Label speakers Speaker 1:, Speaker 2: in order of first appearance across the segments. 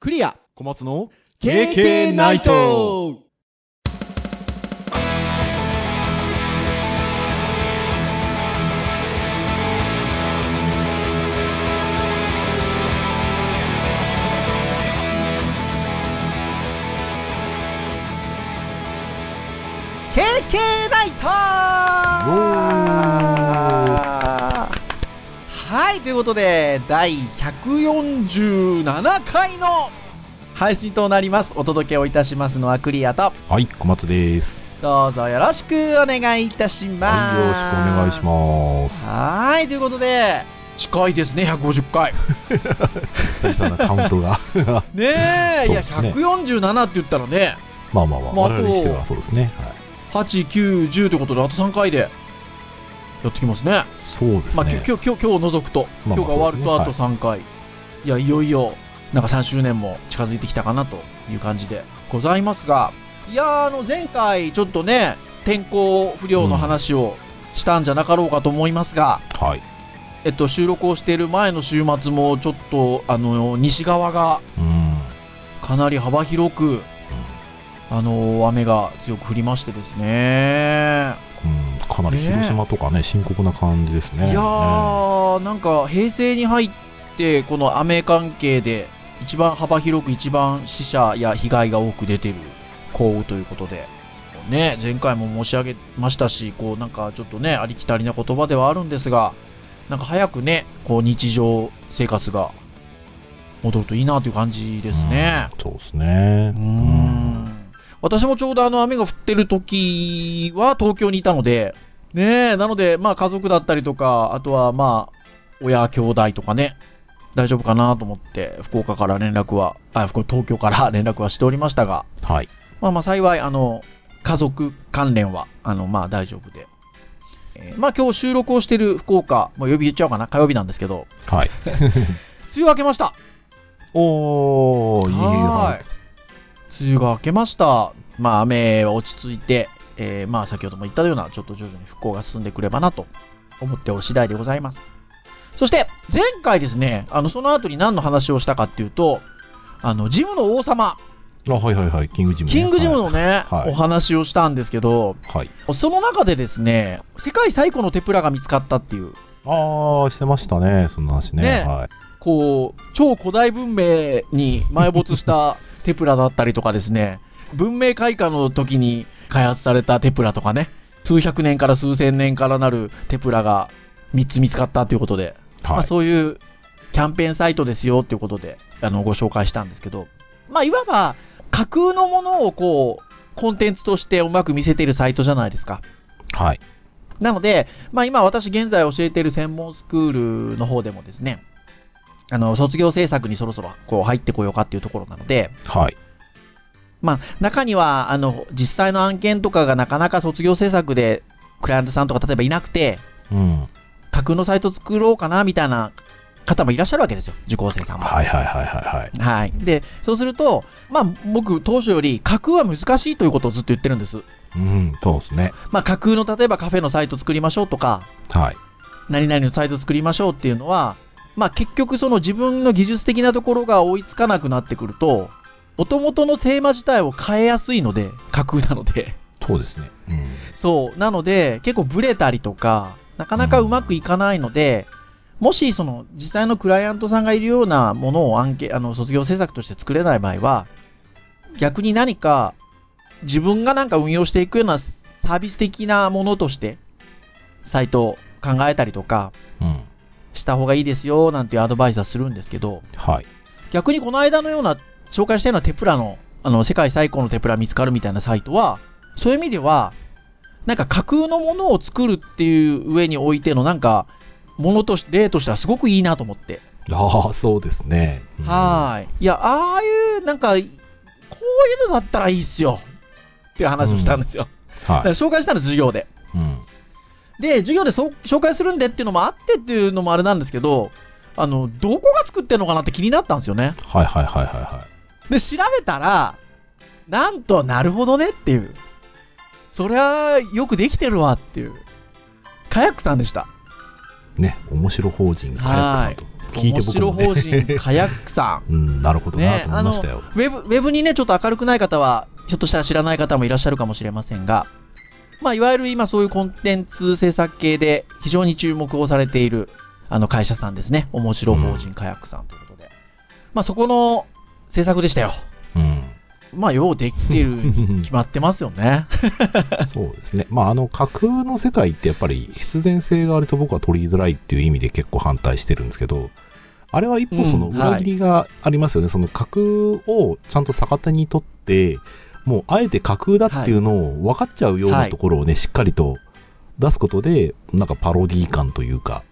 Speaker 1: クリア
Speaker 2: 小松の
Speaker 1: KK ナイト
Speaker 3: ライトはい、ということで、第147回の配信となります。お届けをいたしますのはクリアと、
Speaker 2: はい小松です
Speaker 3: どうぞよろしくお願いいたします。
Speaker 2: はいよろしくお願いします
Speaker 3: はーい、ということで、近いですね、150回。
Speaker 2: 久々なカウント が
Speaker 3: ねえ、いや、
Speaker 2: そうですね
Speaker 3: 147って言ったらね、
Speaker 2: まあまあまあ
Speaker 3: まあ
Speaker 2: 我々にしてはそうですね、はい、
Speaker 3: 8、9、10ってことで、あと3回で、やってきますね。
Speaker 2: そうです
Speaker 3: まあ、きょ
Speaker 2: ね、
Speaker 3: 今日、今日、今日を除くと、
Speaker 2: まあまあ
Speaker 3: 今日が終わると
Speaker 2: そう
Speaker 3: あ
Speaker 2: で
Speaker 3: と
Speaker 2: す
Speaker 3: 3回、い、や、いよいよ、なんか3周年も近づいてきたかなという感じでございますが、いやー、あの、前回、ちょっとね、天候不良の話をしたんじゃなかろうかと思いますが、
Speaker 2: はい、
Speaker 3: えっと、収録をしている前の週末も、ちょっと、あの、西側が
Speaker 2: うん
Speaker 3: かなり幅広く、あの、雨が強く降りましてですね。
Speaker 2: うん、かなり広島とかね深刻な感じですね
Speaker 3: いや
Speaker 2: ね
Speaker 3: ー、なんか平成に入って、この雨関係で、一番幅広く、一番死者や被害が多く出てる降雨ということで、ね、前回も申し上げましたし、こうなんかちょっとね、ありきたりな言葉ではあるんですが、なんか早くね、こう日常生活が戻るといいなという感じですね。
Speaker 2: うんそうですね
Speaker 3: う
Speaker 2: う
Speaker 3: ー
Speaker 2: ん
Speaker 3: ん私もちょうどあの雨が降ってる時は東京にいたので、ねえ、なので、まあ家族だったりとか、あとはまあ、親、兄弟とかね、大丈夫かなと思って、福岡から連絡は、あ、福東京から 連絡はしておりましたが、
Speaker 2: はい
Speaker 3: まあまあ幸い、あの、家族関連は、あの、まあ大丈夫で。えーまあ今日収録をしてる福岡、もう曜日言っちゃおうかな、火曜日なんですけど、
Speaker 2: はい
Speaker 3: 梅雨明けました
Speaker 2: おーいい
Speaker 3: は。
Speaker 2: はい
Speaker 3: 梅雨が明けました。まあ、雨は落ち着いて、えーまあ、先ほども言ったような、ちょっと徐々に復興が進んでくればなと思っておる次第でございます。そして、前回ですね、あの、その後に何の話をしたかっていうと、あの、ジムの王様、
Speaker 2: いあはいはいはいキングジムね、
Speaker 3: キングジム
Speaker 2: は
Speaker 3: のね、
Speaker 2: はい
Speaker 3: お話をしたんですけど、
Speaker 2: い、はい
Speaker 3: その中でですね、世界最古のテプラが見つかったっていう、
Speaker 2: ああしてましたねその話ね
Speaker 3: ね
Speaker 2: はい
Speaker 3: こう、超古代文明に埋没した テプラだったりとかですね、文明開化の時に開発されたテプラとかね、数百年から数千年からなるテプラが3つ見つかったということで、ま
Speaker 2: は
Speaker 3: あ、
Speaker 2: い
Speaker 3: そういうキャンペーンサイトですよということで、あの、ご紹介したんですけど、まあ、いわば架空のものをこう、コンテンツとしてうまく見せているサイトじゃないですか。
Speaker 2: はい
Speaker 3: なので、まあ、今私現在教えている専門スクールの方でもですね、あの、卒業制作にそろそろこう入ってこようかっていうところなので、
Speaker 2: はい
Speaker 3: まあ、中には、あの、実際の案件とかがなかなか卒業制作でクライアントさんとか例えばいなくて、
Speaker 2: うん
Speaker 3: 架空のサイト作ろうかなみたいな方もいらっしゃるわけですよ、受講生さんも。
Speaker 2: はいはいはいはいはい
Speaker 3: はい。で、そうすると、まあ、僕、当初より架空は難しいということをずっと言ってるんです。
Speaker 2: うんそうですね
Speaker 3: まあ、架空の例えばカフェのサイト作りましょうとか、
Speaker 2: はい
Speaker 3: 何々のサイト作りましょうっていうのは、まあ結局その自分の技術的なところが追いつかなくなってくると、元々のテーマ自体を変えやすいので、架空なので。
Speaker 2: そうですねうん
Speaker 3: そう。なので、結構ブレたりとか、なかなかうまくいかないので、もしその実際のクライアントさんがいるようなものを案件、あの卒業制作として作れない場合は、逆に何か自分がなんか運用していくようなサービス的なものとして、サイトを考えたりとか、
Speaker 2: うん
Speaker 3: した方がいいですよなんていうアドバイスはするんですけど、
Speaker 2: はい
Speaker 3: 逆にこの間のような紹介したようなテプラの、あの、世界最高のテプラ見つかるみたいなサイトは、そういう意味では、なんか架空のものを作るっていう上においてのなんか、ものとして、例としてはすごくいいなと思って。
Speaker 2: ああそうですねうん
Speaker 3: はーい。いや、ああいう、なんか、こういうのだったらいいっすよ。っていう話をしたんですよ。だか
Speaker 2: は
Speaker 3: ら紹介したんです、授業で。
Speaker 2: いうん
Speaker 3: で、授業でそう紹介するんでっていうのもあってっていうのもあれなんですけど、あの、どこが作ってんのかなって気になったんですよね。
Speaker 2: はいはいはいはいはい
Speaker 3: で、調べたら、なんと、なるほどねっていう。そりゃ、よくできてるわっていう。カヤックさんでした。
Speaker 2: ね、面白法人カヤックさんと。聞いて僕もね
Speaker 3: 面白法人カヤックさ ん。
Speaker 2: うん、なるほどな
Speaker 3: ね
Speaker 2: と思いましたよ。
Speaker 3: ウェブ、ウェブにね、ちょっと明るくない方は、ひょっとしたら知らない方もいらっしゃるかもしれませんが、まあ、いわゆる今そういうコンテンツ制作系で非常に注目をされている、あの会社さんですね。面白法人カヤックさんということで。まあ、そこの制作でしたよ。
Speaker 2: うん。
Speaker 3: まあ、ようできてる に決まってますよね。
Speaker 2: そうですね。まあ、あの、架空の世界ってやっぱり必然性があると僕は取りづらいっていう意味で結構反対してるんですけど、あれは一歩その
Speaker 3: うんはい
Speaker 2: 裏切りがありますよね。その架空をちゃんと逆手にとって、もうあえて架空だっていうのを分かっちゃうよう
Speaker 3: は
Speaker 2: ないところをね、しっかりと出すことで、なんかパロディ感というか、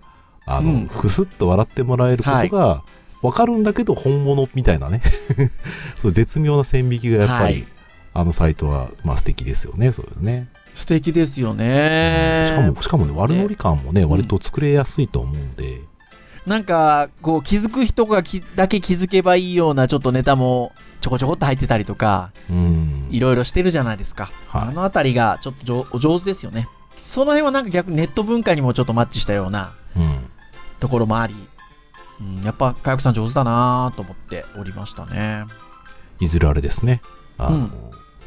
Speaker 2: あの、
Speaker 3: うん
Speaker 2: ふすっと笑ってもらえることが分かるんだけど本物みたいなね、 そう絶妙な線引きがやっぱり、
Speaker 3: はい
Speaker 2: あのサイトは、まあ素敵ですよね、そうですね。
Speaker 3: 素敵ですよね。
Speaker 2: しかも、しかもね、悪ノリ感もね、
Speaker 3: ん
Speaker 2: 割と作れやすいと思うんで、
Speaker 3: なんか、こう、気づく人がきだけ気づけばいいようなちょっとネタもちょこちょこっと入ってたりとか、
Speaker 2: うん。
Speaker 3: いろいろしてるじゃないですか。あ
Speaker 2: は。
Speaker 3: のあたりがちょっと上お上手ですよね。その辺はなんか逆にネット文化にもちょっとマッチしたようない
Speaker 2: うん。
Speaker 3: ところもあり、うん、やっぱ、かやくさん上手だなぁと思っておりましたね。
Speaker 2: いずれあれですね、あの、
Speaker 3: うん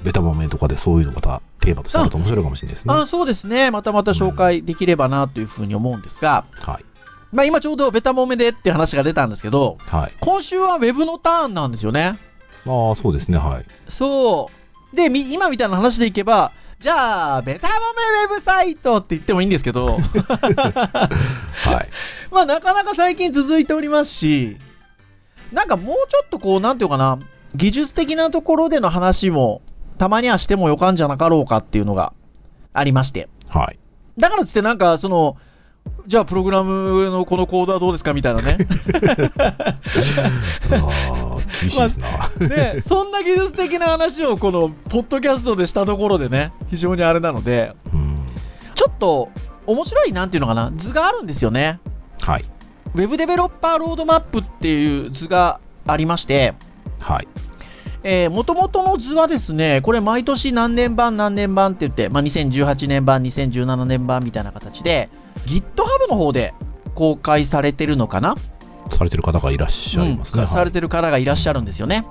Speaker 2: ベタ褒めとかでそういうのまたテーマとしてあると面白いかもしれないですね。
Speaker 3: あそうですね。またまた紹介できればなというふうに思うんですが、
Speaker 2: はい。
Speaker 3: まあ今ちょうどベタもめでっていう話が出たんですけど、
Speaker 2: はい。
Speaker 3: 今週はウェブのターンなんですよね。
Speaker 2: ああ、そうですね、はい。
Speaker 3: そう。で、み今みたいな話でいけば、じゃあ、ベタもめウェブサイトって言ってもいいんですけど、
Speaker 2: はい。
Speaker 3: まあなかなか最近続いておりますし、なんかもうちょっとこう、なんていうかな、技術的なところでの話も、たまにはしてもよかんじゃなかろうかっていうのがありまして。
Speaker 2: はい。
Speaker 3: だからつってなんか、その、じゃあプログラムのこのコードはどうですかみたいなね。
Speaker 2: ああ、厳しいですな。
Speaker 3: ね、そんな技術的な話をこの、ポッドキャストでしたところでね、非常にあれなので、
Speaker 2: うん。
Speaker 3: ちょっと、面白いなんていうのかな、図があるんですよね。
Speaker 2: はい。
Speaker 3: ウェブデベロッパーロードマップっていう図がありまして、
Speaker 2: はい。
Speaker 3: えー、元々の図はですね、これ毎年何年版何年版って言って、まあ、2018年版、2017年版みたいな形で、GitHub の方で公開されてるのかな
Speaker 2: されてる方がいらっしゃいますね。
Speaker 3: うんされてる方がいらっしゃるんですよね。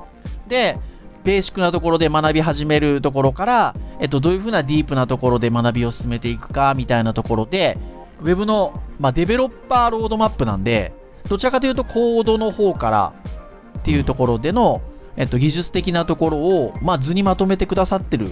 Speaker 3: で、ベーシックなところで学び始めるところから、えっと、どういうふうなディープなところで学びを進めていくかみたいなところで、ウェブの、まあ、デベロッパーロードマップなんで、どちらかというとコードの方からっていうところでの、えっと、技術的なところを、まあ、図にまとめてくださってる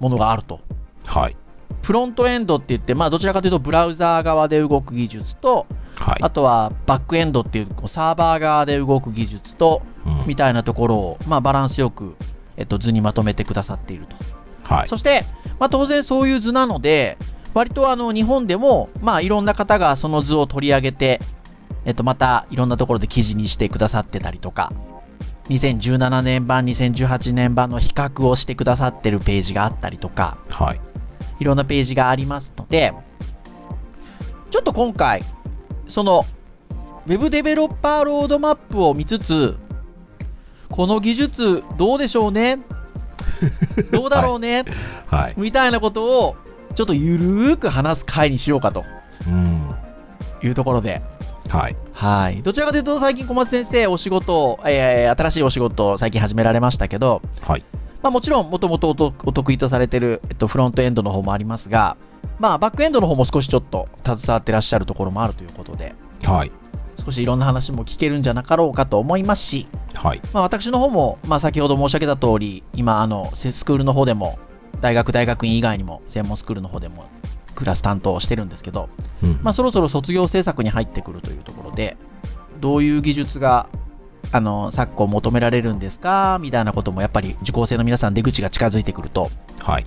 Speaker 3: ものがあると。
Speaker 2: はい。
Speaker 3: フロントエンドって言って、まあ、どちらかというとブラウザー側で動く技術と、
Speaker 2: はい。
Speaker 3: あとはバックエンドっていうこうサーバー側で動く技術と
Speaker 2: うん
Speaker 3: みたいなところを、まあ、バランスよく、えっと、図にまとめてくださっていると、
Speaker 2: はい。
Speaker 3: そして、まあ、当然そういう図なので割とあの日本でも、まあ、いろんな方がその図を取り上げて、えっと、またいろんなところで記事にしてくださってたりとか2017年版2018年版の比較をしてくださってるページがあったりとか
Speaker 2: はい。
Speaker 3: いろんなページがありますので、ちょっと今回、その Web デベロッパーロードマップを見つつ、この技術どうでしょうねどうだろうね、
Speaker 2: はい。
Speaker 3: みたいなことをちょっとゆるーく話す回にしようかと
Speaker 2: うん。
Speaker 3: いうところで、
Speaker 2: はい。
Speaker 3: はい。どちらかというと最近小松先生お仕事、えー新しいお仕事を最近始められましたけど、
Speaker 2: はい。
Speaker 3: まあ、もちろん、もともとお得お得意とされてる、えっと、フロントエンドの方もありますが、まあ、バックエンドの方も少しちょっと携わってらっしゃるところもあるということで、
Speaker 2: はい。
Speaker 3: 少しいろんな話も聞けるんじゃなかろうかと思いますし、
Speaker 2: はい。
Speaker 3: まあ、私の方も、まあ、先ほど申し上げた通り、今、あの、せスクールの方でも、大学、大学院以外にも、専門スクールの方でも、クラス担当をしてるんですけど、
Speaker 2: うん
Speaker 3: まあ、そろそろ卒業制作に入ってくるというところで、どういう技術が、あの、昨今求められるんですかみたいなことも、やっぱり受講生の皆さん出口が近づいてくると
Speaker 2: はい。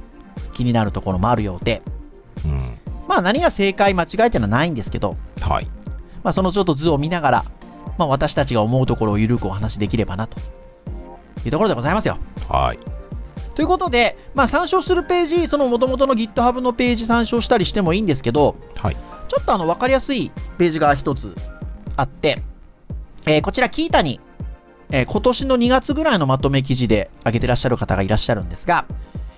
Speaker 3: 気になるところもあるようで、
Speaker 2: うん。
Speaker 3: まあ何が正解間違いっていうのはないんですけど、
Speaker 2: はい。
Speaker 3: まあそのちょっと図を見ながら、まあ私たちが思うところをゆるくお話しできればなというところでございますよ。
Speaker 2: はい。
Speaker 3: ということで、まあ参照するページ、その元々の GitHub のページ参照したりしてもいいんですけど、
Speaker 2: はい。
Speaker 3: ちょっとあの、わかりやすいページが一つあって、えーこちら、キータに、えー今年の2月ぐらいのまとめ記事で上げてらっしゃる方がいらっしゃるんですが、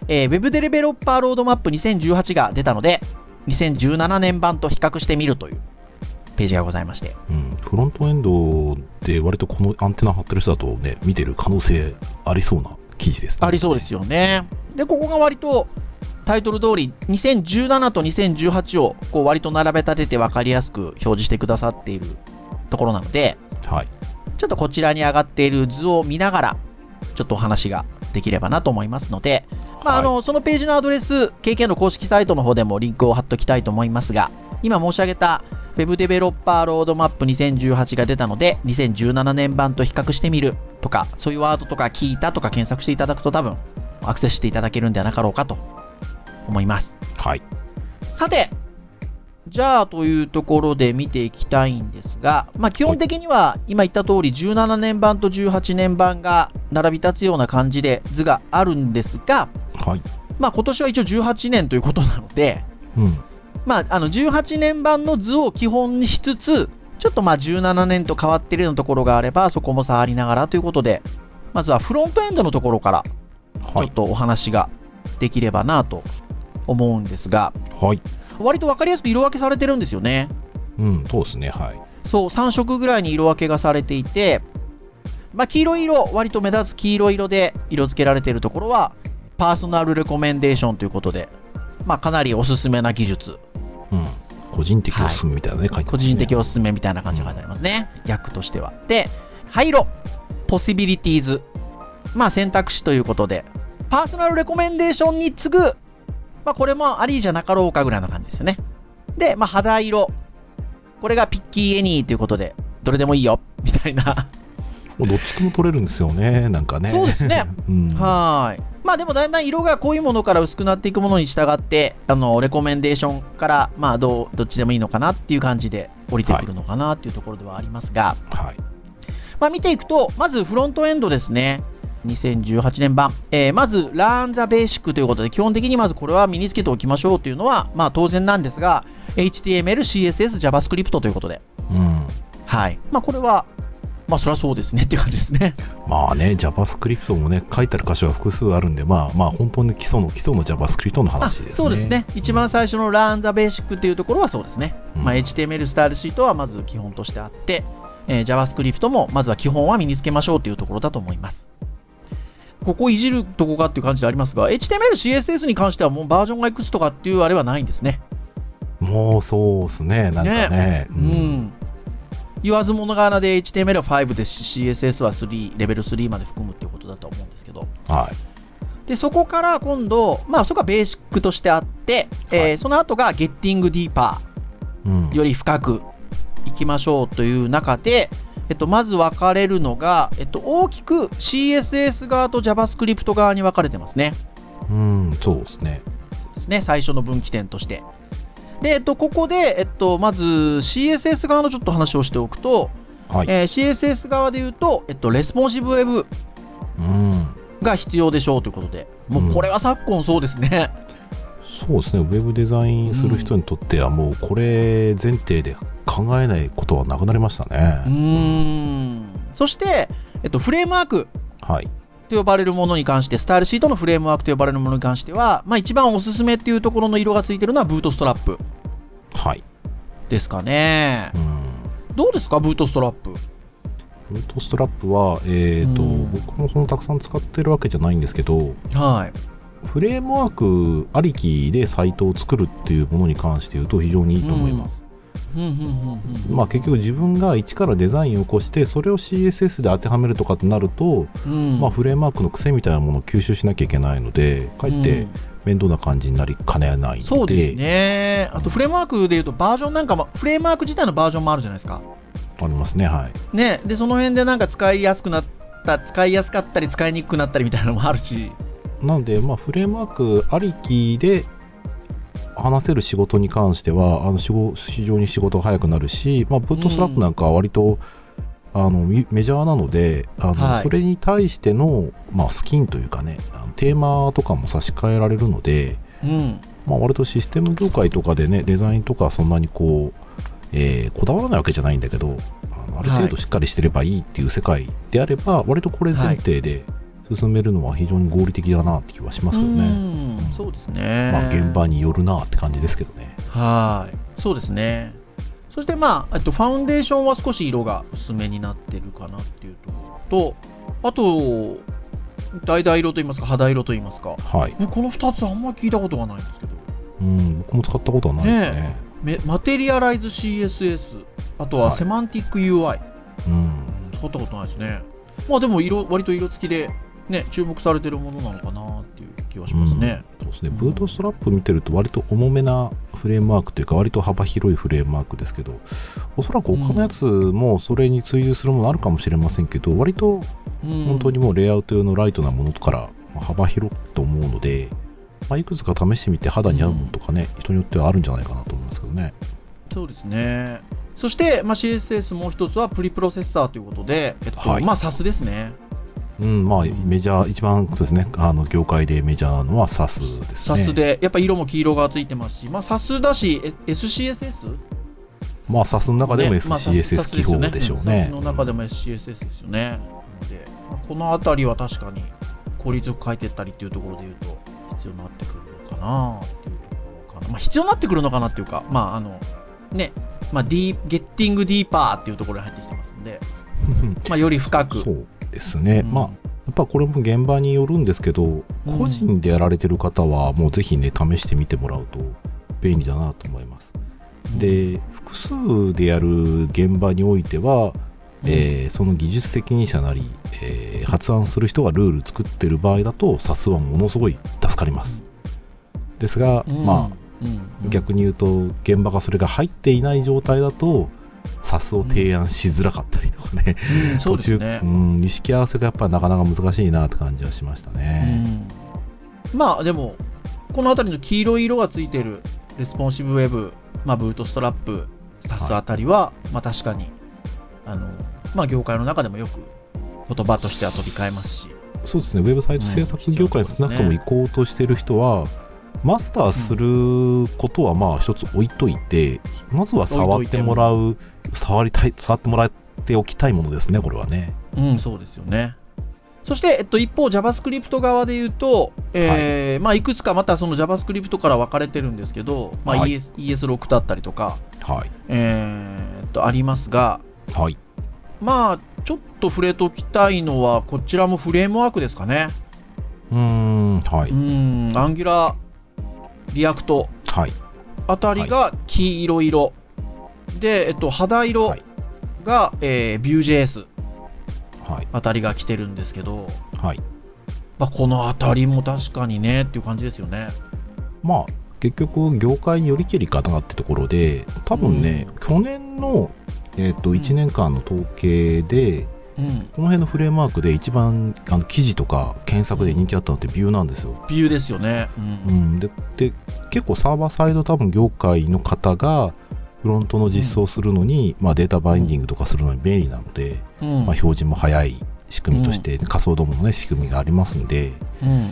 Speaker 3: えー Web デベロッパーロードマップ2018が出たので、2017年版と比較してみるというページがございまして。
Speaker 2: うん、フロントエンドで割とこのアンテナ張ってる人だとね、見てる可能性ありそうな記事ですね、
Speaker 3: ありそうですよね。で、ここが割とタイトル通り、2017と2018をこう割と並べ立てて分かりやすく表示してくださっているところなので、
Speaker 2: はい。
Speaker 3: ちょっとこちらに上がっている図を見ながら、ちょっとお話ができればなと思いますので、まあ、あのそのページのアドレス、KK の公式サイトの方でもリンクを貼っときたいと思いますが、今申し上げた Web デベロッパーロードマップ2018が出たので、2017年版と比較してみるとか、そういうワードとか聞いたとか検索していただくと多分、アクセスしていただけるんではなかろうかと思います。
Speaker 2: はい。
Speaker 3: さて、じゃあというところで見ていきたいんですが、まあ、基本的には今言った通り17年版と18年版が並び立つような感じで図があるんですが、
Speaker 2: はい。
Speaker 3: まあ、今年は一応18年ということなので、
Speaker 2: うん。
Speaker 3: まあ、あの18年版の図を基本にしつつちょっとまあ17年と変わっているようなところがあればそこも触りながらということでまずはフロントエンドのところからちょ
Speaker 2: は
Speaker 3: っ
Speaker 2: い。
Speaker 3: とお話ができればなと思うんですが、
Speaker 2: はい。
Speaker 3: 割と分かりやすく色分けされてるんですよね。
Speaker 2: うん、そうですね。はい。
Speaker 3: そう、3色ぐらいに色分けがされていて、まあ、黄色い色、割と目立つ黄色い色で色付けられているところは、パーソナルレコメンデーションということで、まあ、かなりおすすめな技術、
Speaker 2: うん。個人的おすすめみたいなね、書いて
Speaker 3: 個
Speaker 2: ますね
Speaker 3: 人的おすすめみたいな感じが書いてありますね、役としては。で、灰色、ポシビリティーズ、まあ、選択肢ということで、パーソナルレコメンデーションに次ぐ、まあ、これもありじゃなかろうかぐらいの感じですよね。で、まあ、肌色、これがピッキーエニーということで、どれでもいいよ、みたいな。
Speaker 2: もうどっちとも取れるんですよね、なんかね。
Speaker 3: そうですね。
Speaker 2: うん。
Speaker 3: はーい。まあでもだんだん色が濃いものから薄くなっていくものに従って、あの、レコメンデーションから、まあどう、どっちでもいいのかなっていう感じで降りてくるのかなっていうところではありますが、
Speaker 2: はい。
Speaker 3: まあ見ていくと、まずフロントエンドですね。2018年版。えーまず、Learn the Basic ということで、基本的にまずこれは身につけておきましょうというのは、まあ当然なんですが、HTML、CSS、JavaScript ということで。
Speaker 2: うん。
Speaker 3: はい。まあこれは、まあそりゃそうですねっていう感じですね。
Speaker 2: まあね、JavaScript もね、書いてある箇所が複数あるんで、まあまあ、本当に基礎の基礎の JavaScript の話ですね。
Speaker 3: そうですね。一番最初の Learn the Basic っていうところはそうですね。
Speaker 2: うん
Speaker 3: まあ、HTML スタイルシートはまず基本としてあって、えー JavaScript もまずは基本は身につけましょうというところだと思います。ここいじるとこかっていう感じでありますが、HTML、CSS に関してはもうバージョンがいくつとかっていうあれはないんですね。
Speaker 2: もうそうですね、なんかね。う
Speaker 3: うん。言わずもがなで HTML は5ですし、CSS は3、レベル3まで含むっていうことだと思うんですけど。
Speaker 2: はい。
Speaker 3: でそこから今度、まあ、そこがベーシックとしてあって、えー
Speaker 2: はい
Speaker 3: その後がゲッティングディーパ
Speaker 2: うん
Speaker 3: ーより深くいきましょうという中で、えっと、まず分かれるのが、えっと、大きく CSS 側と JavaScript 側に分かれてますね
Speaker 2: うん、そうですね。
Speaker 3: ですね最初の分岐点として。で、えっと、ここで、えっと、まず CSS 側のちょっと話をしておくと、
Speaker 2: はい。
Speaker 3: えー CSS 側で言うと、えっと、レスポンシブウェブ
Speaker 2: うん。
Speaker 3: が必要でしょうということで、もうこれは昨今そうですね。
Speaker 2: そうですね、ウェブデザインする人にとっては、もうこれ前提で考えないことはなくなりましたね。
Speaker 3: うーん そして、えっと、フレームワーク
Speaker 2: はい。
Speaker 3: と呼ばれるものに関して、スタイルシートのフレームワークと呼ばれるものに関しては、まあ、一番おすすめっていうところの色がついてるのはブートストラップ
Speaker 2: はい。
Speaker 3: ですかね
Speaker 2: う。ん。
Speaker 3: どうですか、ブートストラップ。
Speaker 2: ブートストラップは、えっ、と、
Speaker 3: うん
Speaker 2: 僕もそのたくさん使ってるわけじゃないんですけど、
Speaker 3: はい。
Speaker 2: フレームワークありきでサイトを作るっていうものに関して言うと非常にいいと思います。
Speaker 3: ふんふんふんふん
Speaker 2: まあ結局自分が一からデザインを起こして、それを CSS で当てはめるとかってなると、
Speaker 3: うん
Speaker 2: まあフレームワークの癖みたいなものを吸収しなきゃいけないので、かえっ
Speaker 3: う
Speaker 2: て
Speaker 3: ん
Speaker 2: 面倒な感じになりかねないので、
Speaker 3: そうですね。あと、フレームワークでいうと、バージョンなんかも、フレームワーク自体のバージョンもあるじゃないですか。
Speaker 2: ありますね、はい。
Speaker 3: ね、で、その辺でなんか使いやすくなった、使いやすかったり、使いにくくなったりみたいなのもあるし。
Speaker 2: なので、まあ、フレームワークありきで話せる仕事に関してはあの仕事非常に仕事が早くなるし、まあ、ブートストラップなんかは割と、あのメメジャーなのであの、
Speaker 3: はい
Speaker 2: それに対しての、まあ、スキンというかねあのテーマとかも差し替えられるので、
Speaker 3: うん。
Speaker 2: まあ、割とシステム業界とかでねデザインとかそんなにこう、えーこだわらないわけじゃないんだけどあのある程度しっかりしてればいいっていう世界であれば、割とこれ前提で進めるのは非常に合理的だなって気はしますけどね。
Speaker 3: うんそうですね。
Speaker 2: まあ、現場によるなって感じですけどね。
Speaker 3: はい。そうですね。そそしてまあ、えっと、ファウンデーションは少し色が薄めになってるかなっていうところと、あと、橙色といいますか、肌色といいますか、
Speaker 2: はい。
Speaker 3: もうこの2つあんま聞いたことがないんですけど、
Speaker 2: うん、僕も使ったことはないですね。
Speaker 3: メマテリアライズ CSS、あとは
Speaker 2: はい
Speaker 3: セマンティック UI、
Speaker 2: うん。
Speaker 3: うん使ったことないですね。まあでも色、割と色付きで、ね、注目されてるものなのかなっていう気はしますね。
Speaker 2: そうですね。ブートストラップ見てると割と重めなフレームワークというか割と幅広いフレームワークですけど、おそらく他のやつもそれに追随するものあるかもしれませんけど、割と
Speaker 3: うん
Speaker 2: 本当にもうレイアウト用のライトなものからまあ幅広くと思うので、まあ、いくつか試してみて肌に合うものとかね、人によってはあるんじゃないかなと思いますけどね。
Speaker 3: そうですね。そして、まあ、CSS もう一つはプリプロセッサーということで、えっと
Speaker 2: はい
Speaker 3: まあ SAS ですね。
Speaker 2: うん、まあ
Speaker 3: うん
Speaker 2: メジャー、一番そうですね、あの業界でメジャーなのは SAS ですね。
Speaker 3: SAS で、やっぱ色も黄色がついてますし、まあ、SAS だし、え SCSS?
Speaker 2: まあ SAS の中でも
Speaker 3: ねまあ
Speaker 2: SCSS 記号でしょうね。
Speaker 3: SAS の中でも SCSS ですよね。なので、まあこのあたりは確かに効率よく書いてったりっていうところで言うと、必要になってくるのかなっていうところかな。まあ、必要になってくるのかなっていうか、まあ、あの、ね、まあ、ディーゲッティングディーパーっていうところに入ってきてますんで、まあ、より深く。
Speaker 2: そうですね、
Speaker 3: うん
Speaker 2: まあやっぱこれも現場によるんですけど、
Speaker 3: うん
Speaker 2: 個人でやられてる方はもうぜひね試してみてもらうと便利だなと思います。で複数でやる現場においては、
Speaker 3: うん、
Speaker 2: えーその技術責任者なり、えー発案する人がルール作ってる場合だと SAS はものすごい助かります。ですが、
Speaker 3: うん
Speaker 2: まあ、
Speaker 3: うん
Speaker 2: 逆に言うと現場がそれが入っていない状態だと SAS を提案しづらかったりとかね、
Speaker 3: うんそう
Speaker 2: 途
Speaker 3: です
Speaker 2: 中、
Speaker 3: ね
Speaker 2: う。ん、意識合わせがやっぱりなかなか難しいなって感じはしましたね。
Speaker 3: うんまあでも、この辺りの黄色い色がついてるレスポンシブウェブ、まあ、ブートストラップ、サスあたりは、まあ確かに、あの、まあ業界の中でもよく言葉としては飛び交えますし、
Speaker 2: そうですね、ウェブサイト制作業界に少なくとも行こうとしてる人は、マスターすることはまあ一つ置いといて、まずは触ってもらう、触りたい、触ってもらっておきたいものですね、これはね。
Speaker 3: うん、そうですよね。そして、えっと、一方、JavaScript 側で言うと、えーいまあ、いくつかまたその JavaScript から分かれてるんですけど、まあ
Speaker 2: はい
Speaker 3: ES ES6 だったりとか、
Speaker 2: はい。
Speaker 3: えーっと、ありますが、
Speaker 2: はい。
Speaker 3: まあ、ちょっと触れときたいのは、こちらもフレームワークですかね。
Speaker 2: うーん、は
Speaker 3: う
Speaker 2: い。
Speaker 3: ん、アンギュラー、リアクト
Speaker 2: はい。
Speaker 3: あたりが黄色色。で、えっと、肌色
Speaker 2: はい
Speaker 3: が、えー、Vue.js
Speaker 2: はい。
Speaker 3: あたりが来てるんですけど、
Speaker 2: はい。
Speaker 3: まあ、このあたりも確かにねっていう感じですよね。
Speaker 2: まあ、結局、業界によりけりかなってところで、多分ね、
Speaker 3: う
Speaker 2: 去年の、えー、と
Speaker 3: うん
Speaker 2: 1年間の統計で、
Speaker 3: うん、
Speaker 2: この辺のフレームワークで一番あの記事とか検索で人気あったのってビューなんですよ。
Speaker 3: ビューですよね。う
Speaker 2: うんん、でで結構サーバーサイド多分業界の方がフロントの実装するのに、まあ、データバインディングとかするのに便利なので、
Speaker 3: うん
Speaker 2: まあ、表示も早い仕組みとして、仮想ドームの、ね、仕組みがありますんで
Speaker 3: うん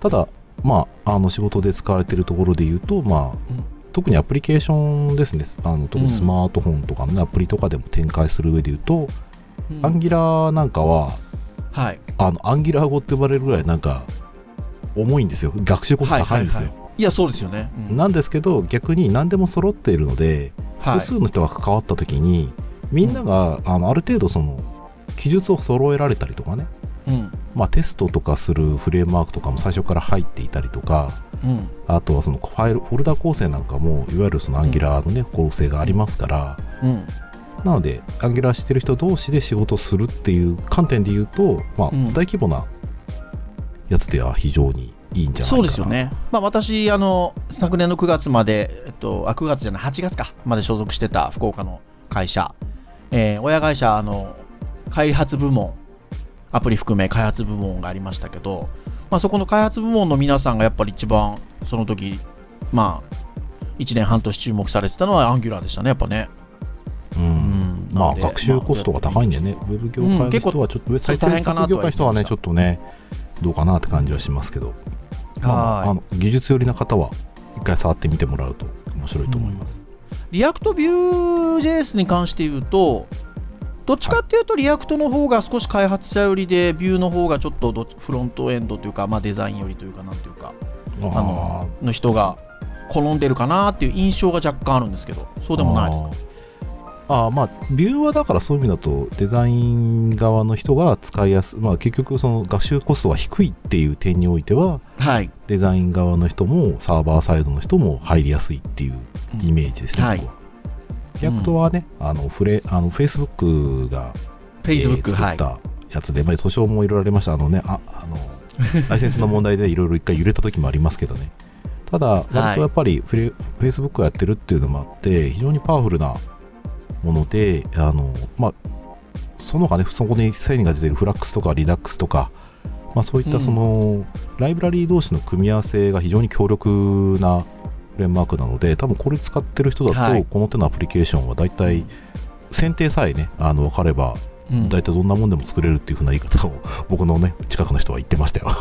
Speaker 2: ただ、まあ、あの仕事で使われているところで言うと、まあ
Speaker 3: うん
Speaker 2: 特にアプリケーションですねあの特にスマートフォンとかのね、アプリとかでも展開する上で言うと、
Speaker 3: うん
Speaker 2: アンギラなんかは
Speaker 3: はい、
Speaker 2: あのアンギラー語って呼ばれるぐらいなんか重いんですよ学習コスト高いんですよ、
Speaker 3: ははいや、そうですよね。うん
Speaker 2: なんですけど逆に何でも揃っているので、
Speaker 3: はい
Speaker 2: 複数の人が関わった時にみんなが、あのある程度その記述を揃えられたりとかね、
Speaker 3: うん
Speaker 2: まあ、テストとかするフレームワークとかも最初から入っていたりとか
Speaker 3: うん
Speaker 2: あとはそのファイルフォルダ構成なんかもいわゆるそのアンギラーの、ね構成がありますから、
Speaker 3: うん
Speaker 2: なのでアンギュラーしてる人同士で仕事するっていう観点で言うと、まあ
Speaker 3: うん
Speaker 2: 大規模なやつでは非常にいいんじゃないかな
Speaker 3: そうですよね、まあ、私あの、昨年の9月まで、えっと、あ9月じゃない、8月か、まで所属してた福岡の会社、えー親会社あの、開発部門、アプリ含め開発部門がありましたけど、まあ、そこの開発部門の皆さんがやっぱり一番、その時まあ1年半年注目されてたのは、アンギュラーでしたね、やっぱね。
Speaker 2: うん
Speaker 3: ん
Speaker 2: ま
Speaker 3: な
Speaker 2: あ
Speaker 3: んで
Speaker 2: 学習コストが高いんでね、ウェブ業界
Speaker 3: うん
Speaker 2: の
Speaker 3: 結構
Speaker 2: 人はちょっと、ウェブ
Speaker 3: 大変かなとは
Speaker 2: 業界の人はねちょ
Speaker 3: 言
Speaker 2: っとねどうかなって感じはしますけど、まあ
Speaker 3: はい
Speaker 2: あの技術寄りな方は一回触ってみてもらうと面白いと思います、
Speaker 3: リアクトビュー JS に関して言うと、どっちかっていうとリアクトの方が少し開発者寄りで、ビューの方がちょっとどっちフロントエンドというか、まあ、デザイン寄りというか、なんというか、
Speaker 2: あ
Speaker 3: あのの人が好んでるかなっていう印象が若干あるんですけど、そうでもないですか。
Speaker 2: ああまあビューはだからそういう意味だとデザイン側の人が使いやすまあ結局その学習コストが低いっていう点においては
Speaker 3: はい。
Speaker 2: デザイン側の人もサーバーサイドの人も入りやすいっていうイメージですね、
Speaker 3: うんはい
Speaker 2: 僕はリアクトはね、あのフレあの Facebook がえ
Speaker 3: Facebook、
Speaker 2: ー
Speaker 3: は
Speaker 2: 作
Speaker 3: い
Speaker 2: っ。たやつで、まあ、訴訟もいろいろありました、あのね、ああ のライセンスの問題でいろいろ一回揺れた時もありますけどね、ただ、割とやっぱりフェ、Facebook をやってるっていうのもあって、非常にパワフルなもので、あのまあ、その他ね、そこに繊維が出てるフラックスとかリダックスとか、まあ、そういっ
Speaker 3: う
Speaker 2: た
Speaker 3: ん
Speaker 2: その、ライブラリー同士の組み合わせが非常に強力なフレームワークなので、多分これ使ってる人だと、
Speaker 3: はい
Speaker 2: この手のアプリケーションは大体、選定さえね、あの分かれば、
Speaker 3: うん
Speaker 2: 大体どんなもんでも作れるっていう風な言い方を僕のね近くの人は言ってましたよ、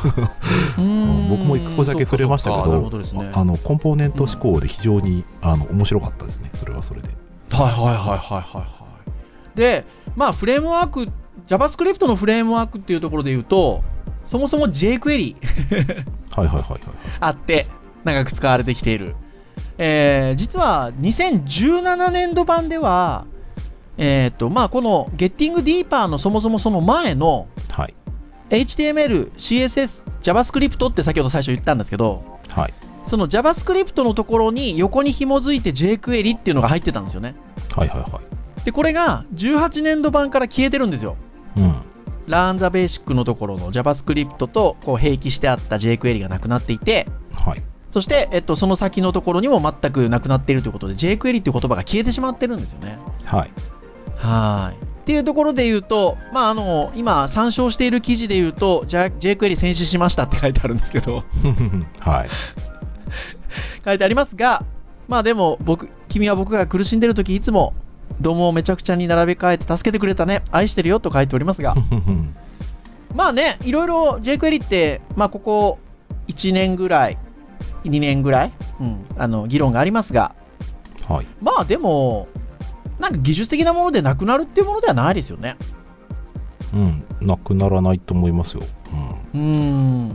Speaker 3: う
Speaker 2: うん
Speaker 3: ん
Speaker 2: 僕も少しだけ触れましたけ
Speaker 3: そうかそう
Speaker 2: ど
Speaker 3: かなるほどですね。
Speaker 2: あのコンポーネント思考で非常に、あの面白かったですねそれはそれで
Speaker 3: はいはいはいはいはいはい。で、まあフレームワーク、JavaScript のフレームワークっていうところで言うと、そもそも jQuery
Speaker 2: はいはいはいはい
Speaker 3: あって、長く使われてきている。えー実は2017年度版では、えっと、まあこの Getting Deeper のそもそもその前の
Speaker 2: はい
Speaker 3: HTML、CSS、JavaScript って先ほど最初言ったんですけど、
Speaker 2: はい
Speaker 3: その JavaScript のところに横に紐づいて jQuery っていうのが入ってたんですよね。
Speaker 2: はいはいは
Speaker 3: で、これが18年度版から消えてるんですよ。
Speaker 2: いうん
Speaker 3: ラーンザベーシックのところの JavaScript とこう併記してあった jQuery がなくなっていて、
Speaker 2: はい
Speaker 3: そして、えっと、その先のところにも全くなくなっているということで jQuery っていう言葉が消えてしまってるんですよね。
Speaker 2: はい
Speaker 3: はーい。っていうところで言うと、まあ、あの、今参照している記事で言うと、じゃ jQuery 戦死しましたって書いてあるんですけど、
Speaker 2: はい
Speaker 3: 書いてありますが、まあでも僕、君は僕が苦しんでる時いつも、どうもめちゃくちゃに並べ替えて助けてくれたね、愛してるよと書いておりますが、 まあね、いろいろ JQuery って、まあ、ここ1年ぐらい、2年ぐらい、うん、あの議論がありますが、
Speaker 2: はい
Speaker 3: まあでも、なんか技術的なものでなくなるっていうものではないですよね。
Speaker 2: うんなくならないと思いますよ、うん、
Speaker 3: うーん。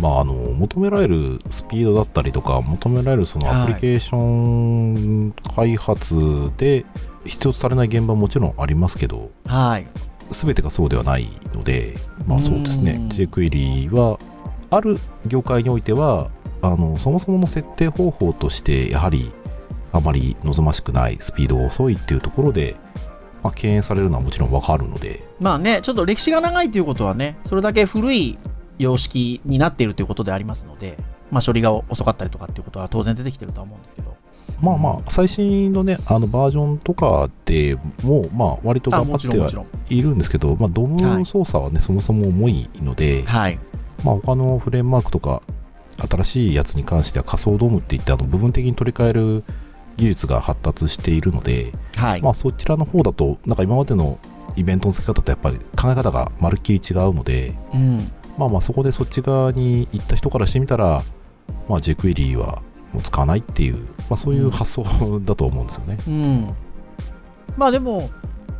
Speaker 2: まあ、あの求められるスピードだったりとか求められるその
Speaker 3: はい
Speaker 2: アプリケーション開発で必要とされない現場ももちろんありますけど
Speaker 3: はい。
Speaker 2: 全てがそうではないので、まあ、そうですね
Speaker 3: うん
Speaker 2: JQuery はある業界においてはあのそもそもの設定方法としてやはりあまり望ましくないスピードが遅いっていうところで、まあ、敬遠されるのはもちろんわかるので、
Speaker 3: まあね、ちょっと歴史が長いということはね、それだけ古い様式になっているということでありますので、まあ処理が遅かったりとかっていうことは当然出てきてるとは思うんですけど。
Speaker 2: まあまあ最新のねあのバージョンとかでもまあ割と
Speaker 3: あ、
Speaker 2: 頑張
Speaker 3: も
Speaker 2: っ
Speaker 3: ちろ
Speaker 2: て
Speaker 3: ん
Speaker 2: は
Speaker 3: もちろん。
Speaker 2: いるんですけど、まあ、ド
Speaker 3: はい
Speaker 2: ム操作はね、そもそも重いので、
Speaker 3: はい。
Speaker 2: まあ、他のフレームワークとか、新しいやつに関しては仮想ドームっていって、あの部分的に取り替える技術が発達しているので、
Speaker 3: はい。
Speaker 2: まあ、そちらの方だと、なんか今までのイベントの付け方とやっぱり考え方がまるっきり違うので、
Speaker 3: うん。
Speaker 2: まあまあそこでそっち側に行った人からしてみたら、まあ、JQuery はもう使わないっていう、まあ、そういう発想だと思うんですよね。
Speaker 3: うん、まあでも、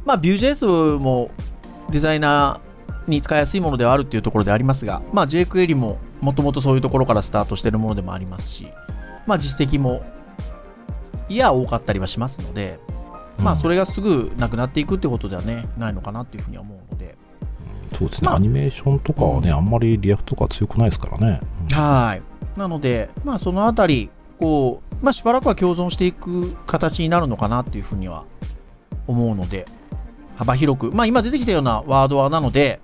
Speaker 3: まあ、Vue.js もデザイナーに使いやすいものではあるっていうところでありますが、まあ、JQuery ももともとそういうところからスタートしてるものでもありますし、まあ、実績もいや多かったりはしますので、まあ、そ
Speaker 2: れ、
Speaker 3: れがすぐなくなっていくってことではねないのかなっていうふうには思うので。
Speaker 2: そうですね、
Speaker 3: まあ
Speaker 2: アニメーションとかはね、あんまりリアクトとか強くないですからね。うん
Speaker 3: はい。なので、まあ、そのあたり、こう、まあ、しばらくは共存していく形になるのかなっていうふうには思うので、幅広く、まあ、今出てきたようなワードはなので、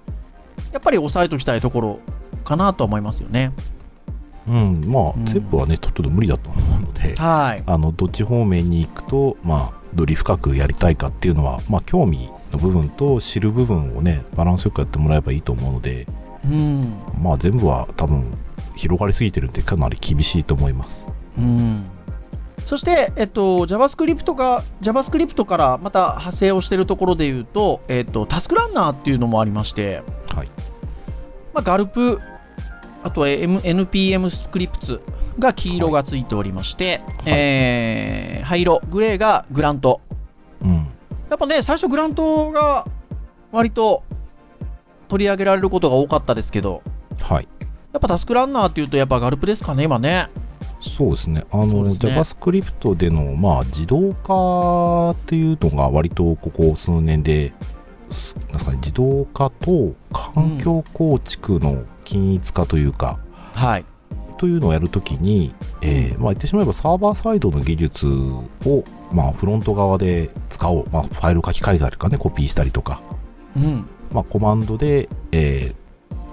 Speaker 3: やっぱり押さえときたいところかなとは思いますよね。
Speaker 2: うん、ま
Speaker 3: うん
Speaker 2: あ、全部はね、ちょっと無理だと思うので、
Speaker 3: はい。
Speaker 2: あのどっち方面に行くと、まあ、より深くやりたいかっていうのは、まあ、興味の部分と知る部分をね、バランスよくやってもらえばいいと思うので、
Speaker 3: うん。
Speaker 2: まあ、全部は多分、広がりすぎてるんで、かなり厳しいと思います。
Speaker 3: うん。そして、えっと、JavaScript が、JavaScript からまた派生をしているところで言うと、えっと、タスクランナーっていうのもありまして、
Speaker 2: はい。
Speaker 3: まあ、ガルプ、あとは M- NPM スクリプツが黄色がついておりまし
Speaker 2: は
Speaker 3: て、
Speaker 2: い
Speaker 3: えー灰色、グレーがグラント。
Speaker 2: うん。
Speaker 3: やっぱね、最初グラントが割と取り上げられることが多かったですけど、
Speaker 2: はい。
Speaker 3: やっぱタスクランナーっていうとやっぱガルプですかね、今ね。
Speaker 2: そうですね。あ
Speaker 3: そう
Speaker 2: の、
Speaker 3: ですね
Speaker 2: JavaScript での、まあ、自動化っていうのが割とここ数年で、すなんですかね、自動化と環境構築の均一化というか、
Speaker 3: はい。
Speaker 2: というのをやるときに、えーまあ、言ってしまえばサーバーサイドの技術を、まあ、フロント側で使おう、まあ、ファイル書き換えたりとかね、コピーしたりとか、
Speaker 3: うん。
Speaker 2: まあ、コマンドで、えー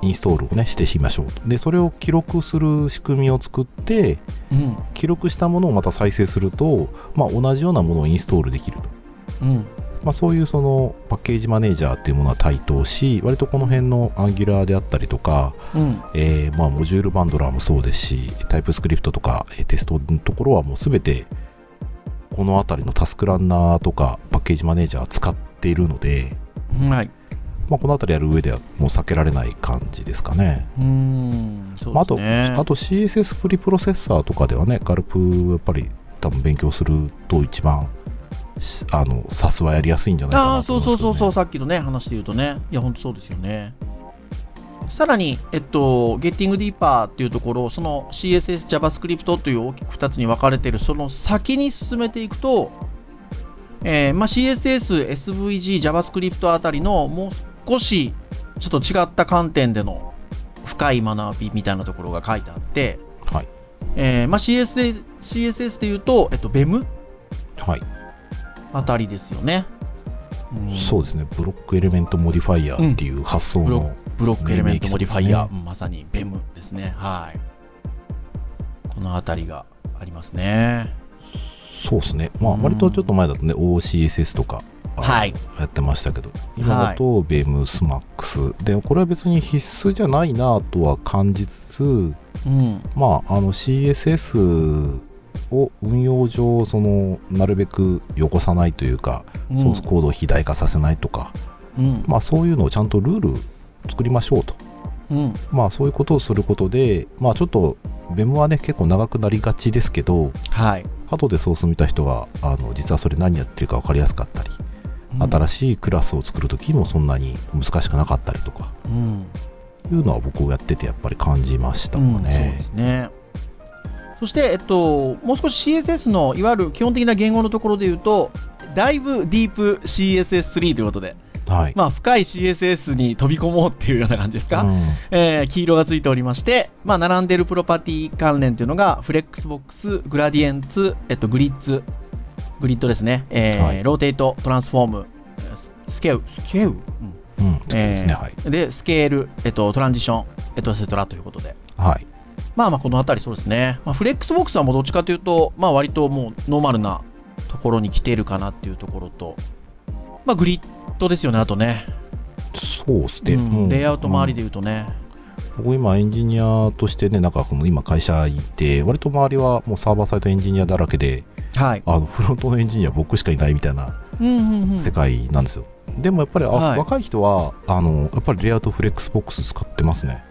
Speaker 2: インストールを、ね、してしましょうとでそれを記録する仕組みを作って
Speaker 3: うん。
Speaker 2: 記録したものをまた再生すると、まあ、同じようなものをインストールできると、
Speaker 3: うん。
Speaker 2: まあ、そういうそのパッケージマネージャーっていうものは対等し割とこの辺の Angular であったりとか、
Speaker 3: うん。
Speaker 2: えーまあ、モジュールバンドラーもそうですしタイプスクリプトとか、えーテストのところはもう全てこの辺りのタスクランナーとかパッケージマネージャーは使っているので、
Speaker 3: はい。
Speaker 2: まあ、この辺りやる上ではもう避けられない感じですかね。
Speaker 3: うーん。そう
Speaker 2: まあ、あ
Speaker 3: です
Speaker 2: と
Speaker 3: ね。
Speaker 2: あと CSS プリプロセッサーとかではね、軽くやっぱり多分勉強すると一番しあの SAS はやりやすいんじゃないか
Speaker 3: ああー、
Speaker 2: なと
Speaker 3: そう
Speaker 2: 思
Speaker 3: そううそうそう、
Speaker 2: うそう
Speaker 3: さっきのね、話で言うとね。いや、本当そうですよね。さらに、えっと、ゲッティングディーパーっていうところ、その CSS、JavaScript という大きく2つに分かれている、その先に進めていくと、えーまあ、CSS、SVG、JavaScript あたりのもう少しちょっと違った観点での深い学びみたいなところが書いてあって、
Speaker 2: はい
Speaker 3: えーまあ、CSS, CSS でいうと、えっと、BEM
Speaker 2: はい、
Speaker 3: あたりですよね。うん
Speaker 2: そうですね、ブロックエレメントモディファイアーっていう発想
Speaker 3: ブロッ
Speaker 2: の、
Speaker 3: ブロックエレメントモディファイア、
Speaker 2: ね
Speaker 3: うんまさにベムですね。はい。このあたりがありますね。
Speaker 2: そうですね、まあ、
Speaker 3: うん
Speaker 2: 割とちょっと前だとね、OCSS とか。あの
Speaker 3: はい
Speaker 2: やってましたけど今だと BEM、スマックスでこれは別に必須じゃないなとは感じつつ
Speaker 3: うん。
Speaker 2: まあ、あの CSS を運用上そのなるべく汚さないというか、
Speaker 3: うん
Speaker 2: ソースコードを肥大化させないとか、
Speaker 3: うん。
Speaker 2: まあ、そういうのをちゃんとルール作りましょうと、
Speaker 3: うん。
Speaker 2: まあ、そういうことをすることで、まあ、ちょっと BEM はね結構長くなりがちですけど
Speaker 3: はい。
Speaker 2: 後でソース見た人があの実はそれ何やってるか分かりやすかったり、新しいクラスを作るときもそんなに難しくなかったりとか
Speaker 3: うん。
Speaker 2: いうのは僕をやっててやっぱり感じましたもん
Speaker 3: うんそうで
Speaker 2: ね。
Speaker 3: すね。そして、えっと、もう少し CSS のいわゆる基本的な言語のところで言うと、だいぶディープ CSS3 ということで、
Speaker 2: はい、
Speaker 3: まあ、深い CSS に飛び込もうっていうような感じですか。
Speaker 2: うん
Speaker 3: えー黄色がついておりまして、まあ、並んでいるプロパティ関連というのが、フレックスボックス、グラディエンツ、えっと、グリッツ、グリッドですね、えー
Speaker 2: はい
Speaker 3: ローテート、トランスフォーム、えーススケウ、スケウ、うん
Speaker 2: うんそうですね、
Speaker 3: えー
Speaker 2: はい、
Speaker 3: で、スケール、えっと、トランジション、えっと、エセトラということで、
Speaker 2: はい、
Speaker 3: まあまあ、このあたりそうですね、まあ、フレックスボックスはもうどっちかというと、まあ、割ともうノーマルなところに来ているかなっていうところと、まあ、グリッドですよね、あとね、
Speaker 2: そうですね、
Speaker 3: うん
Speaker 2: もう
Speaker 3: レイアウト周りで言うとね、
Speaker 2: うん僕今エンジニアとしてねなんかこの今会社いて割と周りはもうサーバーサイトエンジニアだらけで
Speaker 3: はい、
Speaker 2: あのフロントのエンジニア僕しかいないみたいな
Speaker 3: うんうんうん
Speaker 2: 世界なんですよ、でもやっぱりあ、
Speaker 3: はい
Speaker 2: 若い人はあのやっぱりレイアウトフレックスボックス使ってますね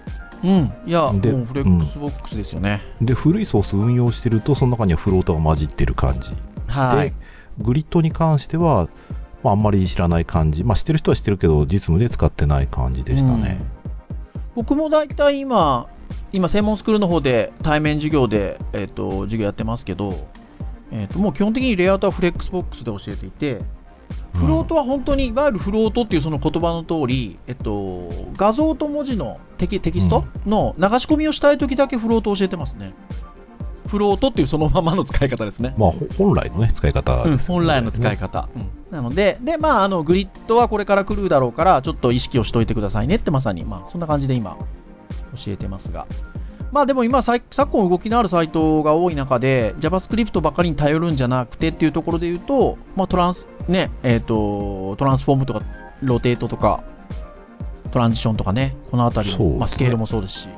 Speaker 3: うん、いや、もう
Speaker 2: で
Speaker 3: フレックスボックスですよね。
Speaker 2: で古いソース運用してるとその中にはフロートが混じってる感じ、
Speaker 3: はい
Speaker 2: で。グリッドに関しては、まあ、あんまり知らない感じ、まあ、知ってる人は知ってるけど実務で使ってない感じでしたね、
Speaker 3: 僕も大体今、今、専門スクールの方で対面授業で、えっと授業やってますけど、えっともう基本的にレイアウトはフレックスボックスで教えていて、フロートは本当に、いわゆるフロートっていうその言葉の通り、えっと、画像と文字のテキテキストの流し込みをしたいときだけフロートを教えてますね。フロートっていうそのままの使い方ですね。
Speaker 2: まあ、ほ本来のね使い方
Speaker 3: うん
Speaker 2: ですよね
Speaker 3: 本来の使い方、なのでで、まあ、あのグリッドはこれから来るだろうからちょっと意識をしておいてくださいねってまさに、まあ、そんな感じで今教えてますが、まあ、でも今さい昨今動きのあるサイトが多い中で JavaScript ばかりに頼るんじゃなくてっていうところで言うと、まあトランスねえー、とトランスフォームとかローテートとかトランジションとかねこの辺り
Speaker 2: そうで
Speaker 3: も、
Speaker 2: すね
Speaker 3: まあ、スケールもそうですし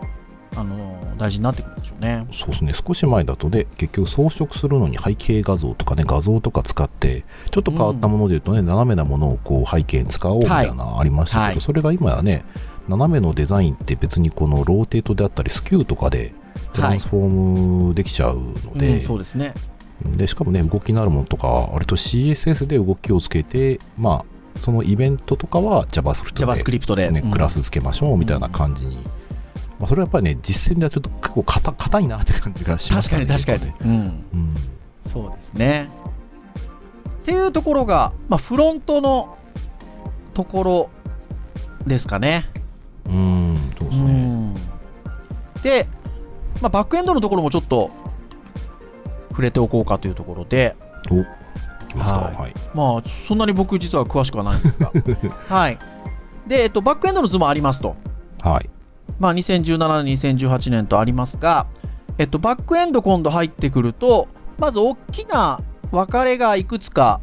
Speaker 3: あの大事になってくるんでしょうね。
Speaker 2: そうですね少し前だとね結局装飾するのに背景画像とかね画像とか使ってちょっと変わったもので言うとね、斜めなものをこう背景に使おうみたいなありましたけど、
Speaker 3: はい
Speaker 2: それが今やね斜めのデザインって別にこのローテートであったりスキューとかでトランスフォームできちゃうので,、
Speaker 3: うん、そうですね
Speaker 2: でしかもね動きのあるものとかは割と CSS で動きをつけてまあそのイベントとかは JavaScript で
Speaker 3: JavaScript で、
Speaker 2: ね
Speaker 3: うん
Speaker 2: クラスつけましょうみたいな感じに、まあまあ、それはやっぱりね、実践ではちょっと結構硬硬いなって感じがしまし
Speaker 3: 確
Speaker 2: た
Speaker 3: か
Speaker 2: ね。
Speaker 3: に確かに
Speaker 2: やっ。
Speaker 3: うん。
Speaker 2: ぱね。うん
Speaker 3: そうですね。っていうところが、まあ、フロントのところですかね。
Speaker 2: うん、そうですね。
Speaker 3: で、まあ、バックエンドのところもちょっと触れておこうかというところで、
Speaker 2: いきますか。
Speaker 3: はい
Speaker 2: はい。
Speaker 3: まあ、そんなに僕実は詳しくはないんで すが、はい。で、えっと、バックエンドの図もありますと。
Speaker 2: はい。
Speaker 3: まあ、2017年、2018年とありますが、えっと、バックエンド今度入ってくると、まず大きな分かれがいくつか、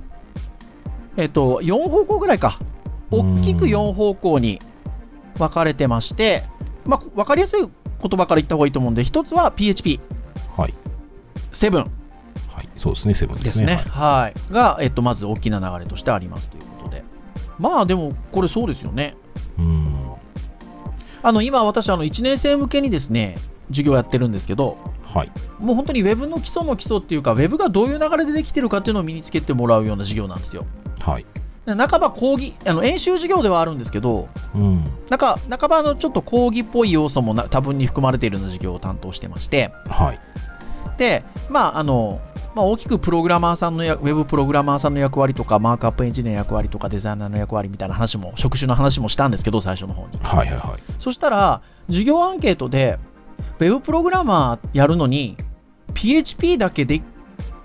Speaker 3: えっと、4方向ぐらいか。大きく4方向に分かれてまして、まあ、分かりやすい言葉から言った方がいいと思うんで、一つは PHP。
Speaker 2: はい。
Speaker 3: 7
Speaker 2: はい。そうですね、セブンで
Speaker 3: ですすね。
Speaker 2: ね。
Speaker 3: はい。が、えっと、まず大きな流れとしてありますということで。まあ、でも、これそうですよね。
Speaker 2: はいうん。
Speaker 3: あの、今私、あの、1年生向けにですね、授業やってるんですけど、
Speaker 2: はい。
Speaker 3: もう本当にウェブの基礎の基礎っていうか、ウェブがどういう流れでできてるかっていうのを身につけてもらうような授業なんですよ。
Speaker 2: はい。
Speaker 3: で半ば講義、あの演習授業ではあるんですけど、
Speaker 2: うん。
Speaker 3: なんか半ばあのちょっと講義っぽい要素もな多分に含まれているような授業を担当してまして、
Speaker 2: はい。
Speaker 3: で、まああの、まあ、大きくプログラマーさんのや、ウェブプログラマーさんの役割とか、マークアップエンジニアの役割とか、デザイナーの役割みたいな話も、職種の話もしたんですけど、最初の方に。
Speaker 2: はい。はい。はい。
Speaker 3: そしたら、授業アンケートで、ウェブプログラマーやるのに、PHP だけで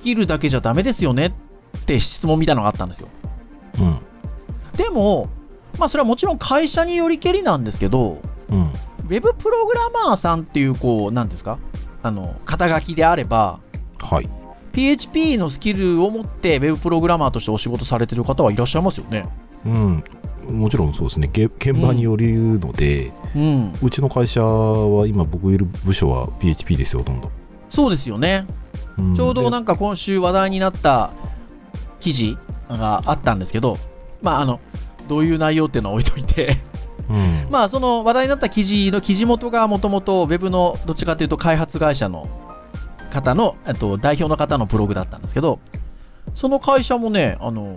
Speaker 3: きるだけじゃダメですよねって質問みたいなのがあったんですよ。
Speaker 2: うん。
Speaker 3: でも、まあそれはもちろん会社によりけりなんですけど、
Speaker 2: うん。
Speaker 3: ウェブプログラマーさんっていう、こう、なんですかあの、肩書きであれば、
Speaker 2: はい。
Speaker 3: PHP のスキルを持ってウェブプログラマーとしてお仕事されてる方はいらっしゃいますよね。
Speaker 2: うん。もちろんそうですね。げ現場によるので、
Speaker 3: うん。
Speaker 2: うちの会社は今僕いる部署は PHP ですよ、ほとんど。
Speaker 3: そうですよね。
Speaker 2: ん
Speaker 3: ちょうど
Speaker 2: で
Speaker 3: なんか今週話題になった記事があったんですけど、まあ、あのどういう内容っていうのは置いといて、
Speaker 2: うん
Speaker 3: まあ、その話題になった記事の記事元がもともと Web のどっちかというと開発会社の方の、えっと、代表の方のブログだったんですけど、その会社もね、あの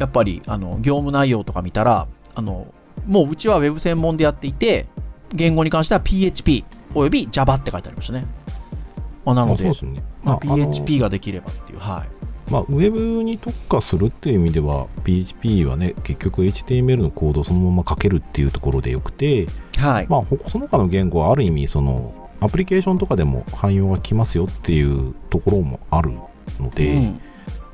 Speaker 3: やっぱりあの業務内容とか見たらあの、もううちは Web 専門でやっていて、言語に関しては PHP および Java って書いてありましたね。まあ、な
Speaker 2: ま
Speaker 3: の
Speaker 2: あそう
Speaker 3: で
Speaker 2: で、すね。
Speaker 3: まあ、
Speaker 2: まああの
Speaker 3: PHP ができればっていう、はい。
Speaker 2: まあ、ウェブに特化するっていう意味では PHP はね結局 HTML のコードをそのまま書けるっていうところでよくて、
Speaker 3: はい。
Speaker 2: まあ、ほその他の言語はある意味そのアプリケーションとかでも汎用がきますよっていうところもあるので、
Speaker 3: うん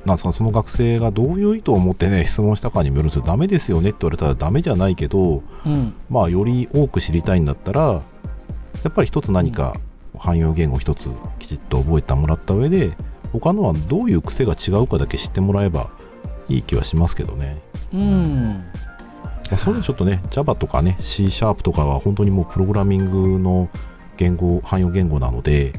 Speaker 2: なんですかその学生がどういう意図を持ってね質問したかにもよるんですよダメですよねって言われたらダメじゃないけど、
Speaker 3: うん
Speaker 2: まあ、より多く知りたいんだったらやっぱり一つ何か汎用言語一つきちっと覚えてもらった上で他のはどういう癖が違うかだけ知ってもらえばいい気はしますけどね、
Speaker 3: うん
Speaker 2: まあ、それでちょっとね Java とかね C シャープとかは本当にもうプログラミングの言語汎用言語なので、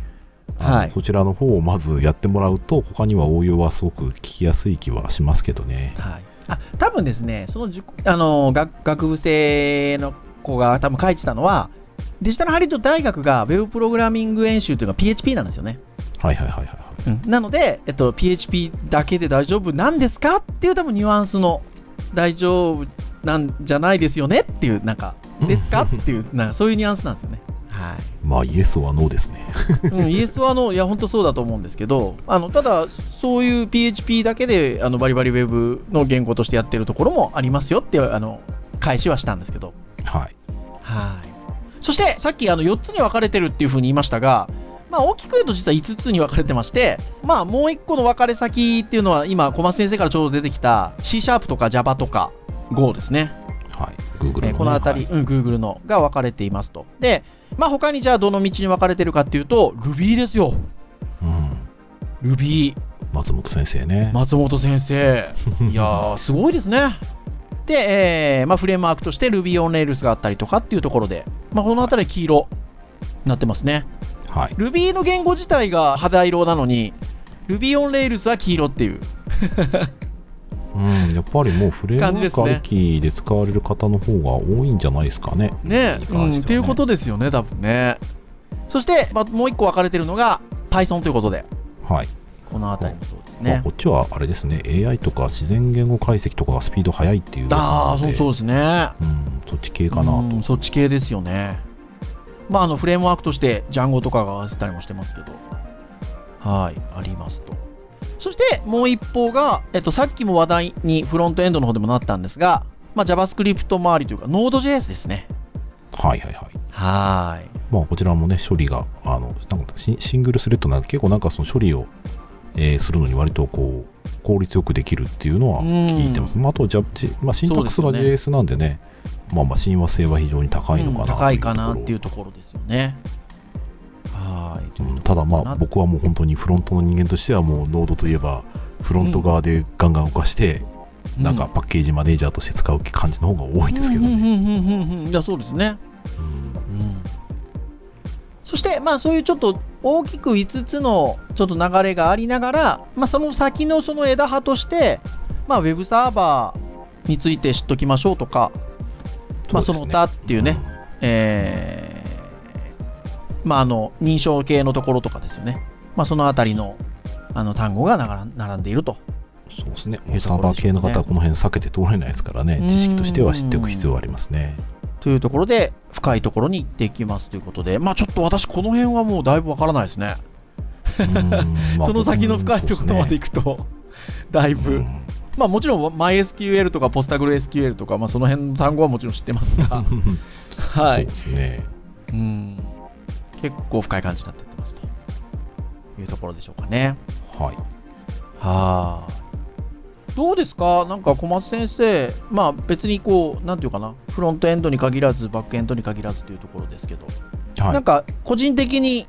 Speaker 2: あの
Speaker 3: はい
Speaker 2: そちらの方をまずやってもらうと他には応用はすごく聞きやすい気はしますけどね。
Speaker 3: はい、あ多分ですね、そのじゅあの学学部生の子が多分書いてたのは、デジタルハリウッド大学が Web プログラミング演習というのが PHP なんですよね。
Speaker 2: はいはいはいはい。
Speaker 3: なので、えっと、PHP だけで大丈夫なんですかっていう多分ニュアンスの大丈夫なんじゃないですよねっていう、なんか、ですかって いう、なんかそういうニュアンスなんですよね。はい
Speaker 2: まあイエスはノーですね。
Speaker 3: うん、イエスはあの、いや、本当そうだと思うんですけど、あのただ、そういう PHP だけであのバリバリウェブの言語としてやってるところもありますよってあの返しはしたんですけど、
Speaker 2: はい。
Speaker 3: はいそしてさっきあの4つに分かれてるっていうふうに言いましたが、まあ、大きく言うと実は5つに分かれてまして、まあ、もう1個の分かれ先っていうのは、今、小松先生からちょうど出てきた C シャープとか Java とか Go ですね。
Speaker 2: はい。Google のね、
Speaker 3: えーこの辺り、
Speaker 2: は
Speaker 3: うん、Google のが分かれていますと。で、まあ、他にじゃあどの道に分かれてるかっていうと、Ruby です
Speaker 2: い
Speaker 3: よ。
Speaker 2: うん。
Speaker 3: Ruby、
Speaker 2: 松本先生ね。
Speaker 3: 松本先 生。いやー、すごいですね。で、えーまあ、フレームワークとして Ruby on Rails があったりとかっていうところで、まあ、この辺り黄色になってますね。
Speaker 2: はい
Speaker 3: Ruby の言語自体が肌色なのに、Ruby on Rails は黄色っていう。
Speaker 2: うん、やっぱりもうフレームワ
Speaker 3: 感じで
Speaker 2: ー
Speaker 3: す
Speaker 2: ク
Speaker 3: ね
Speaker 2: ありきで使われる方の方が多いんじゃないですかね。
Speaker 3: ね
Speaker 2: に関して
Speaker 3: う
Speaker 2: は
Speaker 3: ん、っていうことですよね、多分ね。そして、まあ、もう一個分かれてるのが Python ということで、
Speaker 2: はい。
Speaker 3: この辺りもそうです
Speaker 2: まあ、
Speaker 3: ね
Speaker 2: こ。っちはあれですね、AI とか自然言語解析とかがスピード速いっていう。
Speaker 3: ああ、そうそう
Speaker 2: う。
Speaker 3: ですね。
Speaker 2: うん、そっち系かなと。
Speaker 3: うんそっち系ですよね。まあ、あのフレームワークとしてジャンゴとかが合わせたりもしてますけど、はい、ありますと。そしてもう一方が、えっと、さっきも話題にフロントエンドの方でもなったんですが、まあ、JavaScript 周りというか Node.js ですね。
Speaker 2: はいはいはい。
Speaker 3: はーい。
Speaker 2: まあ、こちらもね、処理が、あの、なんかシシングルスレッドなんで、結構なんかその処理を、えーするのに割とこう、効率よくできるっていうのは聞いてます。
Speaker 3: う
Speaker 2: まあ、あと、じゃ、じまあ、シンタックス
Speaker 3: そう
Speaker 2: が
Speaker 3: で
Speaker 2: JS なんでね、まあまあ、親和性は非常に高いのかな
Speaker 3: うん高いかなっていううところですよね。はーい。
Speaker 2: ところ。うんただまあ、僕はもう本当にフロントの人間としてはもう、ノードといえば、フロント側でガンガン動かして、なんかパッケージマネージャーとして使う感じの方が多いですけど
Speaker 3: うん
Speaker 2: ね。
Speaker 3: うんうんうんうんうんいやそうですね。
Speaker 2: うん
Speaker 3: そして、まあ、そういうちょっと大きく5つのちょっと流れがありながら、まあ、その先のその枝葉として、まあ、ウェブサーバーについて知っときましょうとか、まあ、その他っていうね、。えーまあ、あの認証系のところとかですよね、まあ、そのあたりのあの単語がながら並んでいると。
Speaker 2: そうですね。
Speaker 3: いうと
Speaker 2: サ
Speaker 3: こ
Speaker 2: ー
Speaker 3: ろ
Speaker 2: バ
Speaker 3: で
Speaker 2: ー
Speaker 3: しょ
Speaker 2: 系
Speaker 3: うね
Speaker 2: の方はこの辺避けて通れないですからね
Speaker 3: う、ん
Speaker 2: 知識としては知っておく必要はあります ね。
Speaker 3: というところで、深いところに行っていきますということで、まあ、ちょっと私、この辺はもうだいぶわからないですね。
Speaker 2: うんまあ
Speaker 3: その先の深いところまで行くと、 だい
Speaker 2: 僕もそう
Speaker 3: ぶ
Speaker 2: で、すね
Speaker 3: まあもちろん MySQL とか PostgreSQL とか、まあ、その辺の単語はもちろん知ってます
Speaker 2: う
Speaker 3: が、
Speaker 2: ん
Speaker 3: は
Speaker 2: そう
Speaker 3: い、
Speaker 2: ですね。
Speaker 3: うん結構深い感じになってってますというところでしょうかね。
Speaker 2: はい。
Speaker 3: はあどうですか、なんか小松先生、まあ別にこう、なんていうかな、フロントエンドに限らず、バックエンドに限らずというところですけど、
Speaker 2: は
Speaker 3: なん
Speaker 2: い。
Speaker 3: か個人的に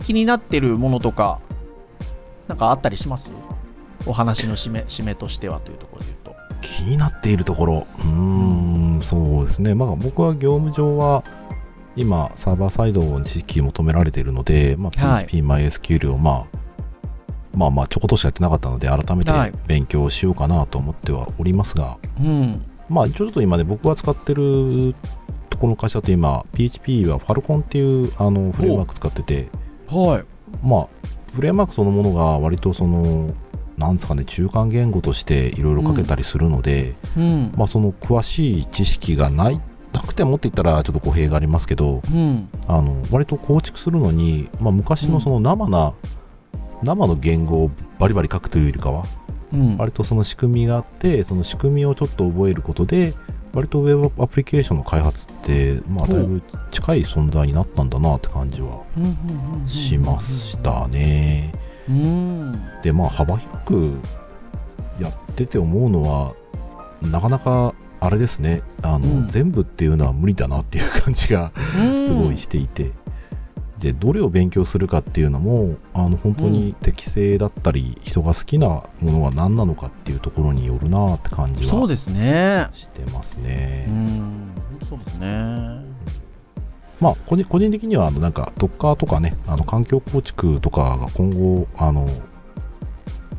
Speaker 3: 気になってるものとか、なんかあったりしますお話の締め締めとしてはというところで言うと。
Speaker 2: 気になっているところ。うーん、そうですね。まあ僕は業務上は、今、サーバーサイドの知識求められているので、ま
Speaker 3: は
Speaker 2: あ、
Speaker 3: い
Speaker 2: PHP、MySQL をまあ、まあまあ、ちょこっとしかやってなかったので、改めて
Speaker 3: はい
Speaker 2: 勉強しようかなと思ってはおりますが、
Speaker 3: うん、
Speaker 2: まあ、ちょっと今ね、僕が使ってるとこの会社って今、PHP は Falcon っていうあのフレームワーク使ってて、
Speaker 3: はい。
Speaker 2: まあ、フレームワークそのものが割とその、なんですかね、中間言語としていろいろ書けたりするので、
Speaker 3: うん。
Speaker 2: まあ、その詳しい知識がない、なくてもって言ったらちょっと語弊がありますけど、
Speaker 3: うん。
Speaker 2: あの割と構築するのに、まあ、昔のその生な、生の言語をバリバリ書くというよりかは、
Speaker 3: うん。
Speaker 2: 割とその仕組みがあってその仕組みをちょっと覚えることで割とウェブアプリケーションの開発って、まあ、
Speaker 3: ほう
Speaker 2: だいぶ近い存在になったんだなって感じは
Speaker 3: うんうんうんうん
Speaker 2: しまし。たね。
Speaker 3: うん。
Speaker 2: でまあ幅広くやってて思うのはなかなかあれですねあの、
Speaker 3: うん
Speaker 2: 全部っていうのは無理だなっていう感じがすごいしていて、でどれを勉強するかっていうのもあの本当に適性だったり、人が好きなものが何なのかっていうところによるなって感じ
Speaker 3: そう
Speaker 2: は
Speaker 3: ですね。
Speaker 2: してます
Speaker 3: う
Speaker 2: ね。
Speaker 3: ん。そうですね。
Speaker 2: まあ個人個人的にはあのなんか Docker とかねあの環境構築とかが今後あの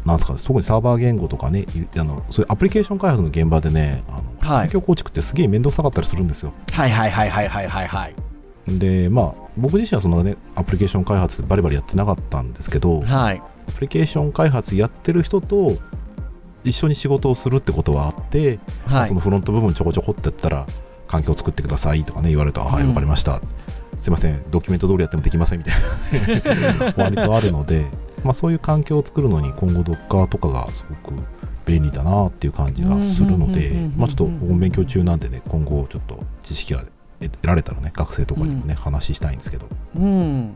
Speaker 2: なんですかね特にサーバー言語とかねいあのそういうアプリケーション開発の現場でねあの
Speaker 3: はい
Speaker 2: 環。境構築ってすげえ面倒くさかったりするんですよ。
Speaker 3: はいはいはいはいはいはいはい。
Speaker 2: でまあ僕自身はそのねアプリケーション開発バリバリやってなかったんですけど、
Speaker 3: はい。
Speaker 2: アプリケーション開発やってる人と一緒に仕事をするってことはあって、
Speaker 3: はい
Speaker 2: その。フロント部分ちょこちょこってやったら環境を作ってくださいとかね言われたら、はい
Speaker 3: うん
Speaker 2: わかりましたすいませんドキュメント通りやってもできませんみたい な割とあるので、まあ、そういう環境を作るのに今後 Docker とかがすごく便利だなっていう感じがするので
Speaker 3: うんうんうんうんうんうん
Speaker 2: まあちょっと僕も勉強中なんでね今後ちょっと知識が得られたらね学生とかにもね、話したいんですけど
Speaker 3: うん。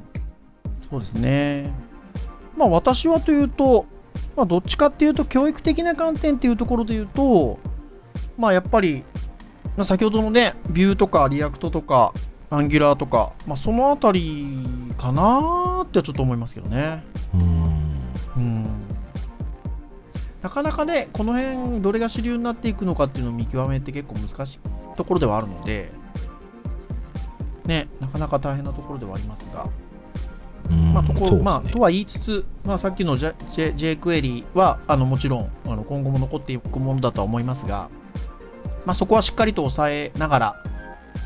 Speaker 3: そうですね。まあ私はというと、まあどっちかっていうと教育的な観点っていうところで言うと、まあやっぱり、まあ、先ほどのね、ビューとかリアクトとか、アンギュラーとか、まあそのあたりかなーってちょっと思いますけどね。
Speaker 2: うーん
Speaker 3: うん。なかなかね、この辺どれが主流になっていくのかっていうのを見極めって結構難しいところではあるので、ね、なかなか大変なところではありますが、
Speaker 2: うん
Speaker 3: まあ、とこ
Speaker 2: そうですね
Speaker 3: まあ、とは言いつつ、まあ、さっきの J, J, J クエリはあのもちろんあの今後も残っていくものだとは思いますが、まあ、そこはしっかりと抑えながら、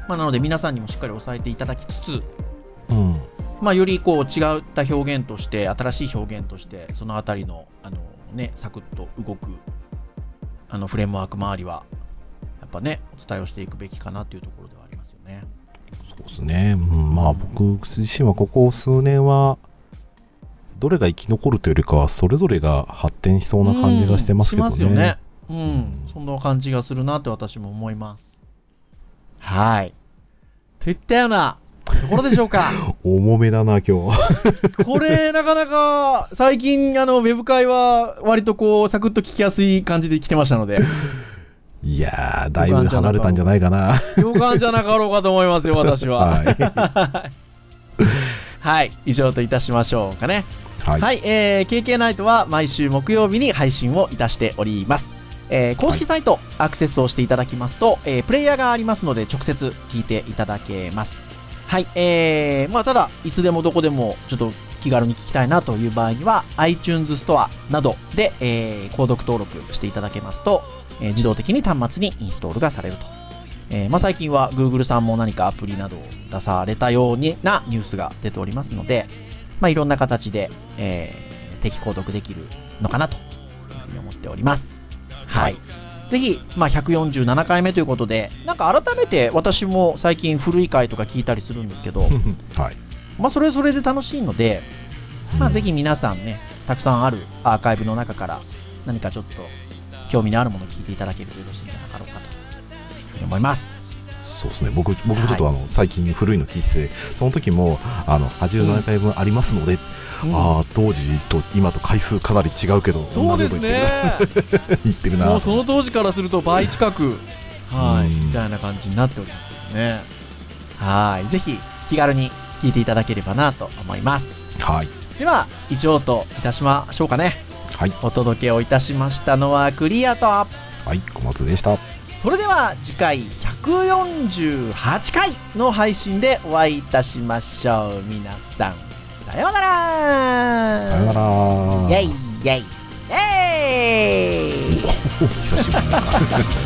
Speaker 3: まあ、なので皆さんにもしっかり抑えていただきつつ、
Speaker 2: うん
Speaker 3: まあ、よりこう違った表現として新しい表現としてそのあたりのあの、ね、サクッと動くあのフレームワーク周りはやっぱねお伝えをしていくべきかなというところではありますよね。
Speaker 2: そうですね、うん、まあ僕自身はここ数年はどれが生き残るというよりかはそれぞれが発展しそうな感じがしてますけど
Speaker 3: うんしますよね
Speaker 2: ね。。
Speaker 3: うん、
Speaker 2: うん
Speaker 3: そんな感じがするなって私も思います。はい。といったような ところでしょうか。
Speaker 2: 重めだな、今日。
Speaker 3: これ、なかなか、最近、あの、ウェブ会は、割とこう、サクッと聞きやすい感じで来てました ので、
Speaker 2: いやー、だいぶ離れたんじゃないかな。
Speaker 3: 予感じゃなかろうかと思いますよ、私は。
Speaker 2: はい。
Speaker 3: はい。以上といたしましょうかね。
Speaker 2: はい。
Speaker 3: はい、えー KK ナイトは毎週木曜日に配信をいたしております。えー公式サイト、アクセスをしていただきますと、えープレイヤーがありますので直接聞いていただけます。はい、えー、まあただ、いつでもどこでもちょっと気軽に聞きたいなという場合には、iTunes ストアなどで、えー購読登録していただけますと、えー自動的に端末にインストールがされると。えーまあ、最近は Google さんも何かアプリなどを出されたようになニュースが出ておりますので、まあ、いろんな形で、えー、定期購読できるのかなというふうに思っております。はい。ぜひ、まあ、147回目ということで、なんか改めて私も最近古い回とか聞いたりするんですけど、
Speaker 2: はい。
Speaker 3: まあ、それはそれで楽しいので、まあ、ぜひ皆さんね、たくさんあるアーカイブの中から、何かちょっと興味のあるものを聞いていただけるとよろしいんじゃなかろうかと思います。
Speaker 2: そうですね僕僕もちょっとあの、最近古いの聞いててその時もあの87回分ありますので、ああ当時と今と回数かなり違うけど
Speaker 3: そうです
Speaker 2: 同じこと
Speaker 3: ね。
Speaker 2: 言ってるな言
Speaker 3: もう
Speaker 2: ってる
Speaker 3: その当時からすると倍近く、はい、
Speaker 2: うん
Speaker 3: みたいな感じになっておりますね。はい、ぜひ気軽に聞いていただければなと思います。
Speaker 2: なはい
Speaker 3: では、以上といたしましょうかね。
Speaker 2: はい
Speaker 3: お届けをいたしましたのはクリアと、
Speaker 2: はい小松でした
Speaker 3: それでは次回148回の配信でお会いいたしましょう。皆さん、さようなら
Speaker 2: さようなら
Speaker 3: イェイイェイイェイ
Speaker 2: 久しぶりだな